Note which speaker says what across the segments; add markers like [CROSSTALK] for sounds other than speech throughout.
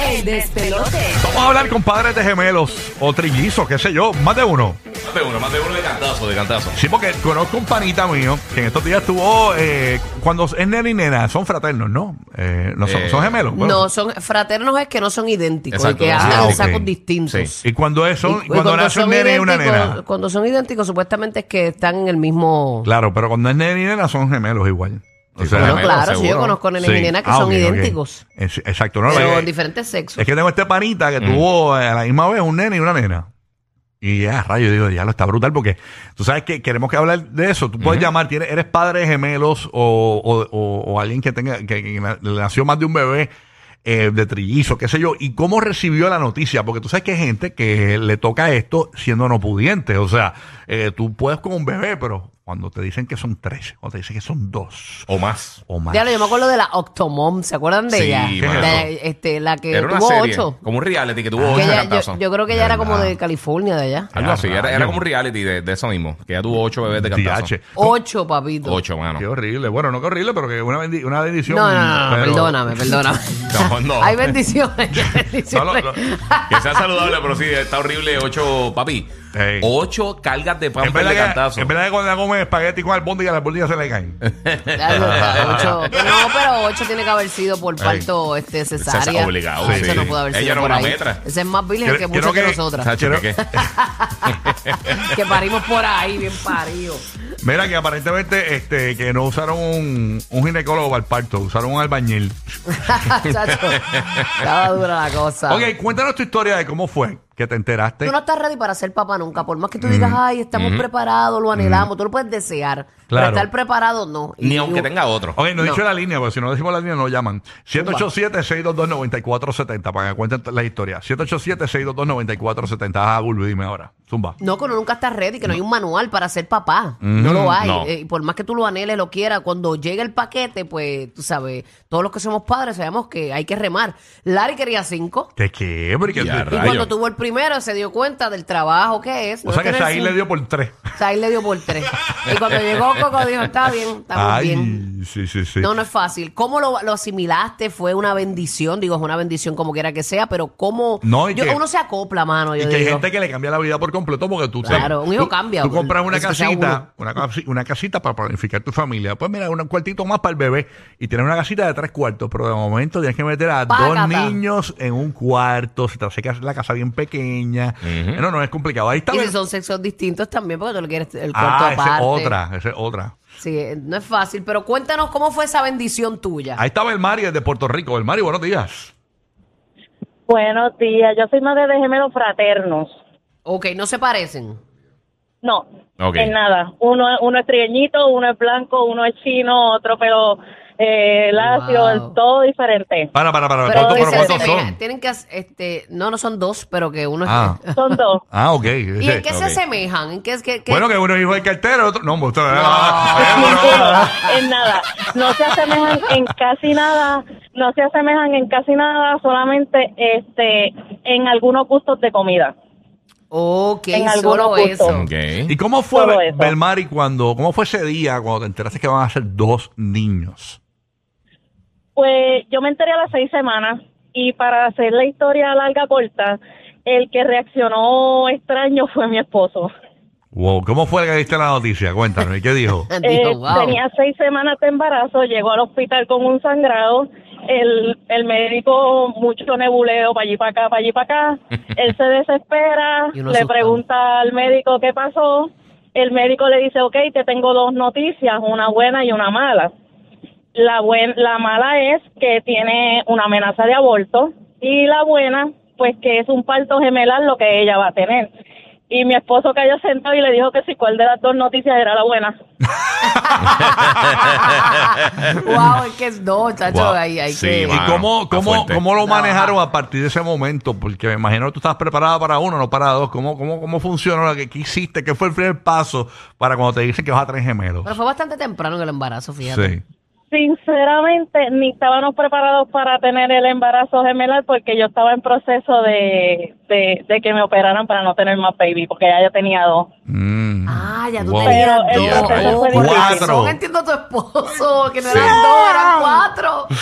Speaker 1: El despelote.
Speaker 2: Vamos a hablar con padres de gemelos o trillizos, qué sé yo, más de uno.
Speaker 3: Más de uno, más de uno de cantazo, de cantazo.
Speaker 2: Sí, porque conozco un panita mío que en estos días tuvo, eh, cuando es nene y nena, son fraternos, ¿no? Eh, no son,
Speaker 3: Eh,
Speaker 2: son gemelos. bueno.
Speaker 1: No, son fraternos es que no son idénticos,
Speaker 3: Exacto,
Speaker 1: es que
Speaker 3: no
Speaker 2: son
Speaker 1: andan en
Speaker 2: idénticos.
Speaker 1: sacos
Speaker 2: Ok.
Speaker 1: distintos.
Speaker 2: Y cuando es, son,
Speaker 1: Y- y
Speaker 2: cuando, nace un nene y una
Speaker 1: idénticos-
Speaker 2: nena.
Speaker 1: Cuando son idénticos, supuestamente es que están en el mismo.
Speaker 2: Claro, pero cuando es nene y nena son gemelos igual. O
Speaker 3: Sí,
Speaker 2: sea,
Speaker 1: Bueno,
Speaker 3: gemelos,
Speaker 1: claro, sí, yo
Speaker 3: seguro.
Speaker 1: conozco nenes y
Speaker 2: sí.
Speaker 1: nenas que
Speaker 2: Ah,
Speaker 1: son
Speaker 2: ok, ok.
Speaker 1: idénticos,
Speaker 2: Es- exacto, no, eh, no,
Speaker 1: pero
Speaker 2: es-
Speaker 1: en diferentes sexos.
Speaker 2: Es que tengo este panita que tuvo eh, a la misma vez un nene y una nena. Y ya, rayo, digo, ya lo está brutal porque tú sabes que queremos que hablar de eso. Tú puedes llamar, tienes, eres padre de gemelos o, o- o- o alguien que tenga que, que na- nació más de un bebé eh, de trillizo, qué sé yo. ¿Y cómo recibió la noticia? Porque tú sabes que hay gente que le toca esto siendo no pudiente. O sea, eh, tú puedes con un bebé, pero cuando te dicen que son tres, o te dicen que son dos
Speaker 3: O más.
Speaker 2: o más.
Speaker 1: Ya lo yo me acuerdo de la Octomom, ¿se acuerdan de
Speaker 3: Sí,
Speaker 1: ella?
Speaker 3: mano.
Speaker 1: De- este, la que
Speaker 3: Era una
Speaker 1: tuvo
Speaker 3: serie.
Speaker 1: ocho. Ah.
Speaker 3: Como un reality que tuvo ocho
Speaker 1: Que ella-
Speaker 3: cantazos.
Speaker 1: yo, yo creo que ella era como
Speaker 2: ¿Verdad?
Speaker 1: de California, de allá.
Speaker 3: Algo así, era,
Speaker 2: Rayo.
Speaker 3: era como un reality de, de eso mismo. Que ella tuvo ocho bebés de cantazo.
Speaker 2: TH.
Speaker 1: Ocho, papito.
Speaker 3: Ocho, mano.
Speaker 2: Qué horrible. Bueno, no qué horrible, pero que una, bendi- una bendición.
Speaker 1: No, no, no, no,
Speaker 2: pero-
Speaker 1: perdóname, perdóname.
Speaker 2: [LAUGHS]
Speaker 3: No, no.
Speaker 1: Hay bendiciones. hay
Speaker 2: No, lo-
Speaker 1: bendiciones.
Speaker 2: lo-
Speaker 3: Que sea saludable, pero sí, está horrible. Ocho, papi.
Speaker 2: Ey.
Speaker 3: Ocho cargas de
Speaker 2: en
Speaker 3: pan de
Speaker 2: verdad, que,
Speaker 3: cantazo.
Speaker 2: en verdad que cuando come espagueti con albóndiga, las albóndigas se le caen.
Speaker 1: Ya, no,
Speaker 3: [LAUGHS]
Speaker 1: está, ocho. No, pero 8 tiene que haber sido por parto este, cesárea.
Speaker 3: Cesa- obligado,
Speaker 1: Ah, Eso
Speaker 3: sí.
Speaker 1: no pudo haber sido.
Speaker 3: Ella era
Speaker 1: por
Speaker 3: una
Speaker 1: ahí.
Speaker 3: metra.
Speaker 1: Esa es más virgen
Speaker 2: Creo-
Speaker 1: que
Speaker 2: creo
Speaker 1: muchas de
Speaker 2: que-
Speaker 1: nosotras.
Speaker 3: Sacho,
Speaker 2: Quiero-
Speaker 3: ¿qué?
Speaker 1: Que parimos por ahí, bien
Speaker 3: [LAUGHS]
Speaker 1: parido.
Speaker 2: Mira que aparentemente este, que no usaron un, un ginecólogo para el parto, usaron un albañil.
Speaker 1: Chacho, estaba dura la cosa.
Speaker 2: Ok, cuéntanos tu historia de cómo fue que te enteraste.
Speaker 1: Tú no estás ready para ser papá nunca. Por más que tú
Speaker 3: Mm-hmm.
Speaker 1: digas, ay, estamos preparados, lo anhelamos, tú lo puedes desear. Pero
Speaker 2: Claro.
Speaker 1: estar preparado, no.
Speaker 3: Ni
Speaker 2: [LAUGHS]
Speaker 1: Y-
Speaker 3: aunque tenga otro.
Speaker 2: Ok, no he
Speaker 1: No.
Speaker 2: dicho la línea, porque si no decimos la línea no llaman. 787-622-9470, para que cuenten la historia. 787-622-9470. Ah, Bulbi, dime ahora. Zumba.
Speaker 1: No, que uno nunca está ready, que no, hay un manual para ser papá. no
Speaker 2: Mm,
Speaker 1: lo hay.
Speaker 3: no.
Speaker 1: Eh, y por más que tú lo anheles, lo quieras, cuando llegue el paquete, pues tú sabes, todos los que somos padres sabemos que hay que remar. Larry quería cinco.
Speaker 2: ¿Qué qué? Porque-
Speaker 3: Ya,
Speaker 1: Y
Speaker 3: Rayo.
Speaker 1: cuando tuvo el primero, se dio cuenta del trabajo que es.
Speaker 2: o sea que
Speaker 1: tener
Speaker 2: Saí le
Speaker 1: cinco.
Speaker 2: dio por tres.
Speaker 1: Saí le dio por tres. y cuando llegó Coco, dijo, está bien, estamos
Speaker 2: Ay,
Speaker 1: bien.
Speaker 2: sí, sí, sí.
Speaker 1: No, no es fácil. ¿Cómo lo, lo asimilaste? ¿Fue una bendición? Digo, es una bendición como quiera que sea, pero ¿cómo?
Speaker 2: No, y
Speaker 1: yo,
Speaker 2: que-
Speaker 1: uno se acopla, mano. Yo
Speaker 2: Y que hay
Speaker 1: digo.
Speaker 2: gente que le cambia la vida por completo porque tú...
Speaker 1: Claro,
Speaker 2: tú-
Speaker 1: un hijo
Speaker 2: tú-
Speaker 1: cambia,
Speaker 2: Tú compras una
Speaker 1: es que sea
Speaker 2: casita, una, casi- una casita para planificar tu familia. Pues mira, un cuartito más para el bebé y tienes una casita de tres cuartos, pero de momento tienes que meter a
Speaker 1: Págata.
Speaker 2: dos niños en un cuarto, se te hace cas- la casa bien pequeña. No, no, es complicado. Ahí está...
Speaker 1: Y
Speaker 2: la-
Speaker 1: si son sexos distintos también, porque tú le quieres el cuarto
Speaker 2: ah, esa es
Speaker 1: aparte.
Speaker 2: otra, esa es otra.
Speaker 1: Sí, eh, no es fácil, pero cuéntanos cómo fue esa bendición tuya.
Speaker 2: Ahí estaba el Mario desde Puerto Rico. El Mario, buenos días.
Speaker 4: Buenos días, yo soy madre de gemelos fraternos.
Speaker 1: Ok, no se parecen.
Speaker 4: No,
Speaker 3: Ok.
Speaker 4: en nada. Uno, uno es trigueñito, uno es blanco, uno es chino, otro pero eh, lacio,
Speaker 1: Wow.
Speaker 4: todo diferente.
Speaker 2: Para, para, para.
Speaker 1: Pero
Speaker 2: ¿cuánto-
Speaker 1: que
Speaker 2: pero
Speaker 1: se
Speaker 2: ¿Cuántos
Speaker 1: asemejan-
Speaker 2: son?
Speaker 1: Tienen que, as- este, no, no son dos, pero que uno es-
Speaker 2: Ah,
Speaker 4: Son dos.
Speaker 2: ah, ok.
Speaker 1: ¿Y en qué se
Speaker 3: Ok.
Speaker 1: asemejan? ¿En qué es que,
Speaker 2: Bueno, que uno es hijo del cartero, otro... No, usted... eh,
Speaker 4: Ninguno, en nada. No se asemejan en casi nada, no se asemejan en casi nada, solamente este en algunos gustos de comida.
Speaker 1: Ok,
Speaker 4: en
Speaker 1: solo
Speaker 4: algunos
Speaker 1: eso.
Speaker 4: gustos.
Speaker 3: Ok.
Speaker 2: ¿Y cómo fue
Speaker 4: Todo
Speaker 2: Bel-
Speaker 4: eso.
Speaker 2: Belmari cuando, cómo fue ese día cuando te enteraste que van a ser dos niños?
Speaker 4: Pues yo me enteré a las seis semanas y para hacer la historia larga corta, el que reaccionó extraño fue mi esposo.
Speaker 2: Wow, ¿cómo fue que diste la noticia? Cuéntanos, ¿y qué
Speaker 3: [LAUGHS]
Speaker 2: dijo?
Speaker 1: [LAUGHS] Digo,
Speaker 4: Eh,
Speaker 1: wow.
Speaker 4: Tenía seis semanas de embarazo, llegó al hospital con un sangrado. El, el médico, mucho nebuleo, para allí, para acá, para
Speaker 1: [LAUGHS]
Speaker 4: allí, para acá. Él se desespera,
Speaker 1: Y uno
Speaker 4: le
Speaker 1: asustado.
Speaker 4: pregunta al médico qué pasó. El médico le dice, ok, te tengo dos noticias, una buena y una mala. La, buen- la mala es que tiene una amenaza de aborto y la buena, pues que es un parto gemelar lo que ella va a tener. Y mi esposo cayó sentado y le dijo que si cuál de las dos noticias era la buena.
Speaker 1: wow, es que es dos, chacho.
Speaker 3: Wow.
Speaker 1: Ahí, ahí
Speaker 3: Sí,
Speaker 1: que...
Speaker 3: mano,
Speaker 2: ¿Y cómo,
Speaker 3: está
Speaker 2: cómo,
Speaker 3: fuerte.
Speaker 2: cómo lo
Speaker 1: No.
Speaker 2: manejaron a partir de ese momento? Porque me imagino que tú estabas preparada para uno, no para dos. ¿Cómo, cómo, cómo funcionó? ¿Qué, ¿Qué hiciste? ¿Qué fue el primer paso para cuando te dicen que vas a tener gemelos?
Speaker 1: Pero fue bastante temprano en el embarazo, fíjate.
Speaker 2: Sí.
Speaker 4: Sinceramente, ni estábamos preparados para tener el embarazo gemelar porque yo estaba en proceso de, de, de que me operaran para no tener más baby, porque ya yo tenía dos.
Speaker 2: Mm.
Speaker 1: Ah, ya tú
Speaker 2: Wow.
Speaker 1: tenías
Speaker 4: Pero el
Speaker 1: dos.
Speaker 4: proceso fue
Speaker 1: Por
Speaker 2: difícil.
Speaker 1: razón, entiendo a tu esposo, que no eran dos, eran cuatro.
Speaker 2: [LAUGHS]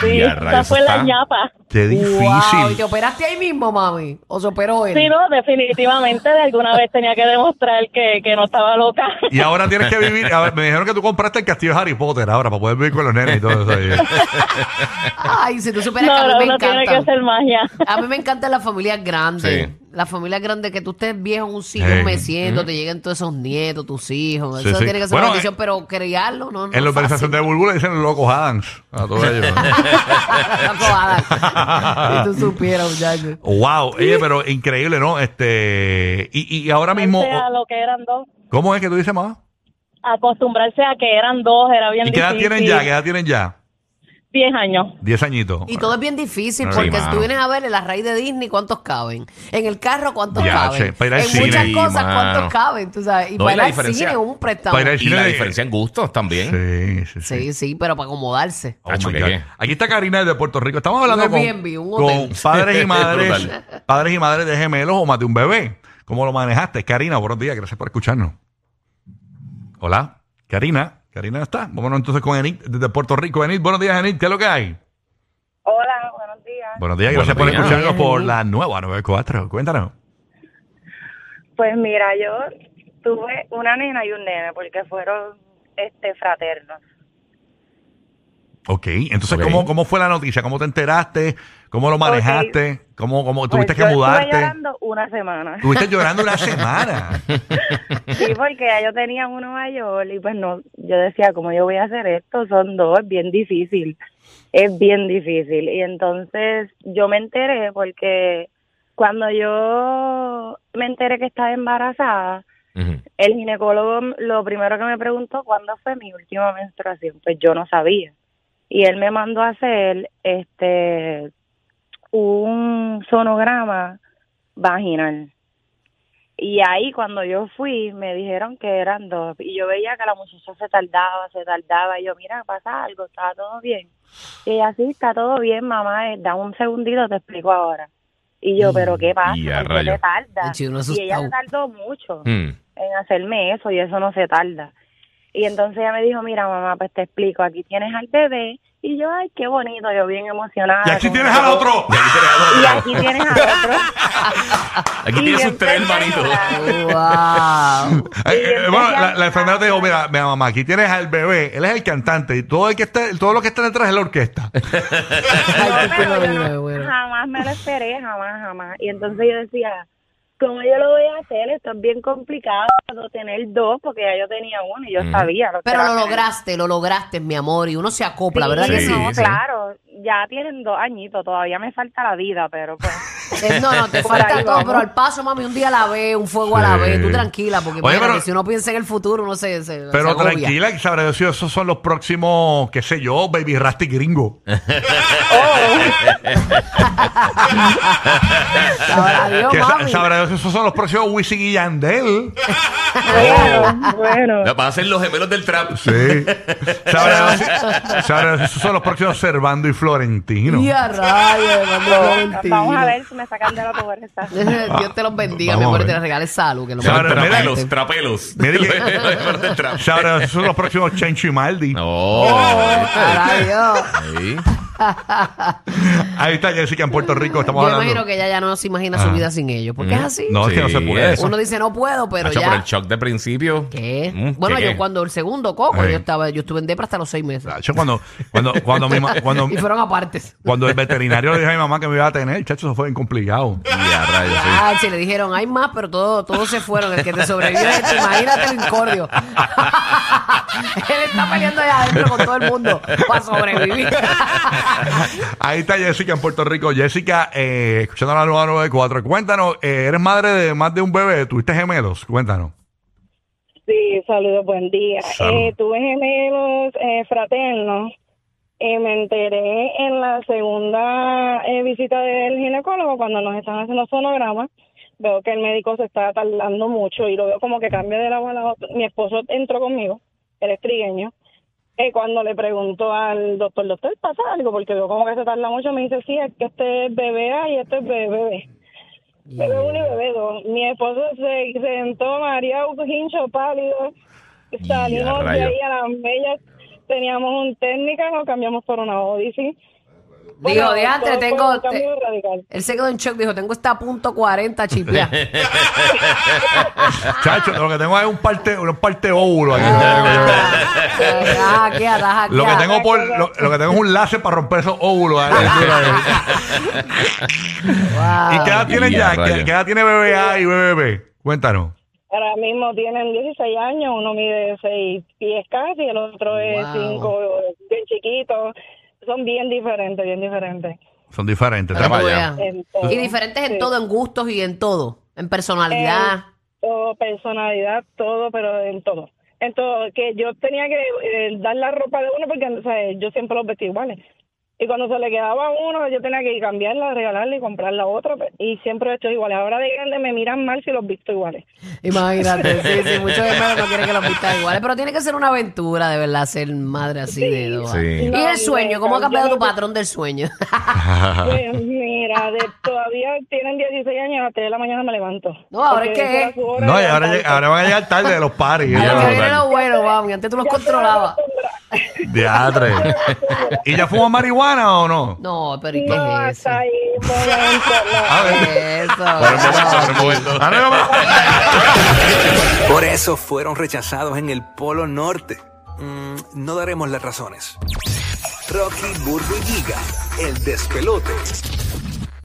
Speaker 4: Sí,
Speaker 3: Ya,
Speaker 4: esa
Speaker 3: rayos,
Speaker 4: fue la
Speaker 3: está.
Speaker 4: ñapa.
Speaker 2: Qué
Speaker 1: Wow, ¿y
Speaker 2: difícil.
Speaker 1: te operaste ahí mismo, mami? ¿O se operó él?
Speaker 4: Sí, no, definitivamente de alguna vez tenía que demostrar que, que no estaba loca.
Speaker 2: Y ahora tienes que vivir. A ver, me dijeron que tú compraste el castillo de Harry Potter ahora para poder vivir con los nenes y todo eso. ahí.
Speaker 1: Ay, si tú supieras que
Speaker 4: No,
Speaker 1: a mí
Speaker 4: no,
Speaker 1: me
Speaker 4: uno
Speaker 1: encanta.
Speaker 4: tiene que hacer magia.
Speaker 1: A mí me encantan las familias grandes.
Speaker 3: Sí.
Speaker 1: Las familias grandes que tú estés viejo en un sillón
Speaker 2: Sí.
Speaker 1: meciendo, te lleguen todos esos nietos, tus hijos.
Speaker 2: Mm. Sí,
Speaker 1: Eso
Speaker 2: sí.
Speaker 1: tiene que ser
Speaker 2: Bueno, eh,
Speaker 1: una bendición, pero criarlo no,
Speaker 2: En
Speaker 1: no
Speaker 2: la
Speaker 1: es fácil.
Speaker 2: urbanización
Speaker 1: [LAUGHS]
Speaker 2: de Bulbula dicen locos Adams. A todos ellos.
Speaker 1: Loco,
Speaker 2: [LAUGHS]
Speaker 1: Adán. si tú supieras, muchacho.
Speaker 2: wow. Oye, pero increíble, ¿no? Este. Y, y ahora mismo.
Speaker 4: Acostumbrarse a lo que eran dos.
Speaker 2: ¿Cómo es que tú dices, mamá?
Speaker 4: Acostumbrarse a que eran dos era bien
Speaker 2: ¿Y qué edad
Speaker 4: difícil.
Speaker 2: tienen ya? ¿Qué edad tienen ya?
Speaker 4: Diez años.
Speaker 2: Diez añitos.
Speaker 1: Y todo es bien difícil
Speaker 2: Sí,
Speaker 1: porque si tú
Speaker 3: mano.
Speaker 1: vienes a ver en la raíz de Disney cuántos caben, en el carro cuántos
Speaker 2: Ya, che,
Speaker 1: caben,
Speaker 2: para ir al
Speaker 1: en
Speaker 2: cine.
Speaker 1: muchas
Speaker 3: Sí,
Speaker 1: cosas cuántos
Speaker 3: mano.
Speaker 1: caben, tú sabes,
Speaker 3: No,
Speaker 1: y
Speaker 3: y la
Speaker 1: para ir al
Speaker 3: diferencia-
Speaker 1: cine un préstamo.
Speaker 2: Para ir al
Speaker 3: Y la
Speaker 2: cine-
Speaker 3: diferencia en gustos también.
Speaker 2: Sí, sí, sí.
Speaker 1: Sí, sí, pero para acomodarse.
Speaker 2: Oh my
Speaker 3: Tacho,
Speaker 2: God.
Speaker 3: ¿qué, qué?
Speaker 2: Aquí está Karina de Puerto Rico. Estamos hablando
Speaker 1: Un
Speaker 2: con,
Speaker 1: Airbnb, un
Speaker 2: con
Speaker 1: hotel.
Speaker 3: [LAUGHS]
Speaker 2: padres y madres,
Speaker 3: Brutal.
Speaker 2: padres y madres de gemelos o más de un bebé. ¿Cómo lo manejaste? Karina, buenos días, gracias por escucharnos. Hola, Karina. Karina está. Vámonos entonces con Enid desde Puerto Rico. Enid, buenos días, Enid. ¿Qué es lo que hay?
Speaker 4: Hola, buenos días.
Speaker 2: Buenos días,
Speaker 3: Buenos
Speaker 2: gracias por
Speaker 3: días.
Speaker 2: escucharnos por
Speaker 1: Enid.
Speaker 2: la nueva 94. Cuéntanos.
Speaker 4: Pues mira, yo tuve una nena y un nene porque fueron este fraternos.
Speaker 2: Ok, entonces,
Speaker 3: Ok.
Speaker 2: ¿cómo, ¿cómo fue la noticia? ¿Cómo te enteraste? ¿Cómo lo manejaste? ¿Cómo, cómo tuviste
Speaker 4: Pues
Speaker 2: que
Speaker 4: yo
Speaker 2: mudarte?
Speaker 4: Estuve llorando una semana. [LAUGHS]
Speaker 2: Estuviste llorando una semana.
Speaker 4: Sí, porque ya yo tenía uno mayor y pues no, yo decía, ¿cómo yo voy a hacer esto? Son dos, es bien difícil, es bien difícil. Y entonces yo me enteré porque cuando yo me enteré que estaba embarazada,
Speaker 3: Ujú.
Speaker 4: el ginecólogo m- lo primero que me preguntó cuándo fue mi última menstruación, pues yo no sabía. Y él me mandó a hacer este un sonograma vaginal. Y ahí cuando yo fui me dijeron que eran dos y yo veía que la muchacha se tardaba, se tardaba y yo, mira, pasa algo, está todo bien. Y ella, sí, está todo bien, mamá, eh, da un segundito, te explico ahora. Y yo, pero ¿qué pasa?
Speaker 3: y a
Speaker 4: ¿Por qué te
Speaker 3: rayos.
Speaker 4: tarda?
Speaker 1: Eche, uno
Speaker 4: Y ella
Speaker 1: asustado.
Speaker 4: se tardó mucho
Speaker 3: Mm.
Speaker 4: en hacerme eso y eso no se tarda. Y entonces ella me dijo, mira mamá, pues te explico, aquí tienes al bebé. Y yo, ay, qué bonito, yo bien emocionada.
Speaker 2: Y aquí
Speaker 4: con
Speaker 2: tienes
Speaker 4: el
Speaker 2: al
Speaker 4: bebé.
Speaker 2: otro.
Speaker 4: Y aquí tienes al otro.
Speaker 3: Aquí tiene
Speaker 4: Y
Speaker 3: sus tres
Speaker 4: empecé a
Speaker 3: hermanitos.
Speaker 1: [LAUGHS]
Speaker 2: Oh,
Speaker 1: Wow.
Speaker 4: llorar.
Speaker 2: Eh, eh,
Speaker 4: entonces
Speaker 2: bueno,
Speaker 4: ya-
Speaker 2: la, la enfermera te dijo, mira, mira, mamá, aquí tienes al bebé, él es el cantante y todo el que está, todo lo que está detrás es la orquesta.
Speaker 1: Ay,
Speaker 4: No,
Speaker 1: qué
Speaker 4: pero
Speaker 1: pena,
Speaker 4: yo
Speaker 1: bebé,
Speaker 4: no-
Speaker 1: bueno.
Speaker 4: jamás me lo esperé, jamás, jamás. Y entonces yo decía, ¿cómo yo lo voy a hacer? Esto es bien complicado, tener dos, porque ya yo tenía uno y yo
Speaker 3: Mm.
Speaker 4: sabía. Lo que
Speaker 1: Pero
Speaker 4: era
Speaker 1: lo
Speaker 4: tener
Speaker 1: lograste, lo lograste, mi amor, y uno se acopla, ¿verdad que
Speaker 3: sí.
Speaker 1: sí?
Speaker 4: no,
Speaker 3: sí.
Speaker 4: claro, ya tienen dos añitos, todavía me falta la vida, pero pues...
Speaker 2: [LAUGHS]
Speaker 1: Eh, No, no, te
Speaker 4: Por ahí
Speaker 1: falta todo,
Speaker 4: vamos.
Speaker 1: pero al paso, mami, un día a la vez, un fuego a la
Speaker 2: Sí.
Speaker 1: vez, tú tranquila, porque
Speaker 2: Oye,
Speaker 1: imagínate,
Speaker 2: pero-
Speaker 1: si uno piensa en el futuro, uno se, se se
Speaker 2: Pero
Speaker 1: agobia.
Speaker 2: tranquila, que sabrá Dios si esos son los próximos, qué sé yo, baby Rasty gringo.
Speaker 1: Sabrá Dios,
Speaker 2: Que sa-
Speaker 1: mami.
Speaker 2: sabrá Dios si esos son los próximos Wisin y Yandel.
Speaker 3: Oh.
Speaker 4: Bueno, bueno.
Speaker 3: La van a hacer los gemelos del trap.
Speaker 2: Sí. [LAUGHS] sabrá, Dios
Speaker 1: [LAUGHS]
Speaker 2: si, sabrá Dios si esos son los próximos Servando y Florentino.
Speaker 1: Y
Speaker 2: [LAUGHS]
Speaker 1: a rayos, cuando Florentino.
Speaker 4: Vamos a ver si me sacan de la pobreza.
Speaker 1: [LAUGHS] Dios te los bendiga,
Speaker 2: Vamos
Speaker 1: mi
Speaker 2: a
Speaker 1: amor, y
Speaker 2: ver.
Speaker 1: te les regales salud, que lo
Speaker 2: Sabrá-
Speaker 1: mejor te
Speaker 2: mira,
Speaker 3: trapelos,
Speaker 1: pase.
Speaker 3: trapelos.
Speaker 2: Mira que-
Speaker 3: [LAUGHS] Los gemelos del trap.
Speaker 2: Sabrá Dios si son los próximos Chencho y Maldi.
Speaker 3: No.
Speaker 1: Sabrá Dios.
Speaker 2: Pues
Speaker 3: Ahí.
Speaker 2: Ahí está Jessica en Puerto Rico, estamos
Speaker 1: Yo
Speaker 2: hablando.
Speaker 1: imagino que ella ya no se imagina su
Speaker 2: Ajá.
Speaker 1: vida sin ellos, porque es así.
Speaker 2: No, es que no se
Speaker 3: Sí,
Speaker 2: puede.
Speaker 3: eso.
Speaker 1: Uno dice, no puedo, pero
Speaker 3: Nacho,
Speaker 1: ya...
Speaker 3: el shock de principio.
Speaker 1: ¿Qué?
Speaker 3: Mm,
Speaker 1: bueno,
Speaker 3: ¿qué?
Speaker 1: yo cuando el segundo coco,
Speaker 2: Ay.
Speaker 1: yo estaba yo estuve en depra hasta los seis meses.
Speaker 2: Chacho, cuando, cuando, cuando, mi ma- cuando,
Speaker 1: [LAUGHS] Y fueron apartes.
Speaker 2: Cuando el veterinario le dijo a mi mamá que me iba a tener, chacho, eso fue bien complicado.
Speaker 3: Y a rayos, sí.
Speaker 1: Ah, sí, le dijeron, hay más, pero todo- todos se fueron. El que te sobrevivió es este. Imagínate el incordio. [LAUGHS] Él está peleando allá adentro con todo el mundo para sobrevivir. [LAUGHS]
Speaker 2: Ahí está Jessica en Puerto Rico. Jessica, eh, escuchando la nueva 94. Cuéntanos, eh, eres madre de más de un bebé, tuviste gemelos. Cuéntanos.
Speaker 4: [LAUGHS] Sí, saludos, buen día.
Speaker 2: Salud.
Speaker 4: Eh, tuve gemelos eh, fraternos. Eh, me enteré en la segunda eh, visita del ginecólogo cuando nos están haciendo sonogramas. Veo que el médico se está tardando mucho y lo veo como que cambia de la a la otra. Mi esposo entró conmigo, él es trigueño. Eh, cuando le pregunto al doctor, doctor, ¿pasa algo? Porque veo como que se tarda mucho, me dice, sí, es que este es bebé A y este es bebé B. Bebé uno y bebé dos. Mi esposo se sentó María hincho pálido.
Speaker 3: Y a
Speaker 4: Salimos de
Speaker 3: rayos.
Speaker 4: ahí a las bellas. Teníamos un técnica, lo cambiamos por una Odyssey.
Speaker 1: Digo, de
Speaker 4: todo
Speaker 1: antes
Speaker 4: fue
Speaker 1: tengo.
Speaker 4: un cambio radical.
Speaker 1: Él se quedó en shock, dijo, tengo esta punto
Speaker 2: [LAUGHS]
Speaker 1: 40 chipia.
Speaker 2: Chacho, lo que tengo es un parte, un parte óvulo aquí. Lo
Speaker 1: ah, qué ataja, qué
Speaker 2: que
Speaker 1: ataja.
Speaker 2: tengo por, lo, lo que tengo es un láser para romper esos óvulos. ahí.
Speaker 1: Wow.
Speaker 2: ¿Y qué edad tienen
Speaker 3: Y a
Speaker 2: ya? ¿Qué,
Speaker 3: rayos.
Speaker 2: qué edad tiene BBA y BBB? Cuéntanos.
Speaker 4: Ahora mismo tienen 16 años, uno mide 6 pies casi, el otro es
Speaker 1: Wow.
Speaker 4: 5, bien chiquito. Son bien diferentes, bien diferentes.
Speaker 2: Son diferentes.
Speaker 1: Para que
Speaker 3: Vaya.
Speaker 1: vean.
Speaker 4: En todo.
Speaker 1: Y diferentes en
Speaker 4: Sí. Eh,
Speaker 1: todo, en gustos y en todo. En personalidad.
Speaker 4: todo, personalidad, todo, pero en todo. En todo, que yo tenía que eh, dar la ropa de uno porque o sea, yo siempre los vestí iguales. Y cuando se le quedaba a uno, yo tenía que cambiarla, regalarla y comprar la otra. pues, Y siempre he hecho iguales. Ahora de grande me miran mal si los visto iguales.
Speaker 1: Imagínate, sí, sí, muchos hermanos no quieren que los vistas iguales, pero tiene que ser una aventura de verdad ser madre así de dos.
Speaker 3: Sí.
Speaker 1: Y el sueño, ¿cómo ha
Speaker 4: Yo
Speaker 1: cambiado
Speaker 4: no
Speaker 1: tu
Speaker 4: sé.
Speaker 1: patrón del [LAUGHS] sueño?
Speaker 4: Pues mira, de- todavía tienen 16 años, a las 3 de la mañana me levanto.
Speaker 1: No, ahora es
Speaker 4: Porque
Speaker 1: que-
Speaker 4: esa era su hora
Speaker 2: No,
Speaker 4: de
Speaker 2: y ahora,
Speaker 4: levantarse.
Speaker 2: lleg- ahora van a llegar tarde de los paris.
Speaker 1: A lo [LAUGHS] que
Speaker 3: no,
Speaker 1: viene
Speaker 3: no.
Speaker 1: lo bueno, mami, antes tú los
Speaker 4: Ya se
Speaker 1: controlabas.
Speaker 4: acostumbra.
Speaker 2: Diatre. ¿Y ya fuma marihuana o no?
Speaker 1: No, pero ¿y qué
Speaker 4: No,
Speaker 1: es eso?
Speaker 4: hasta ahí. un momento, no.
Speaker 2: A ver.
Speaker 3: Por un momento, por
Speaker 1: Eso.
Speaker 3: un momento.
Speaker 2: Ahora vamos.
Speaker 5: Por eso fueron rechazados en el Polo Norte. Mm, no daremos las razones. Rocky, Burbu y Giga, el despelote.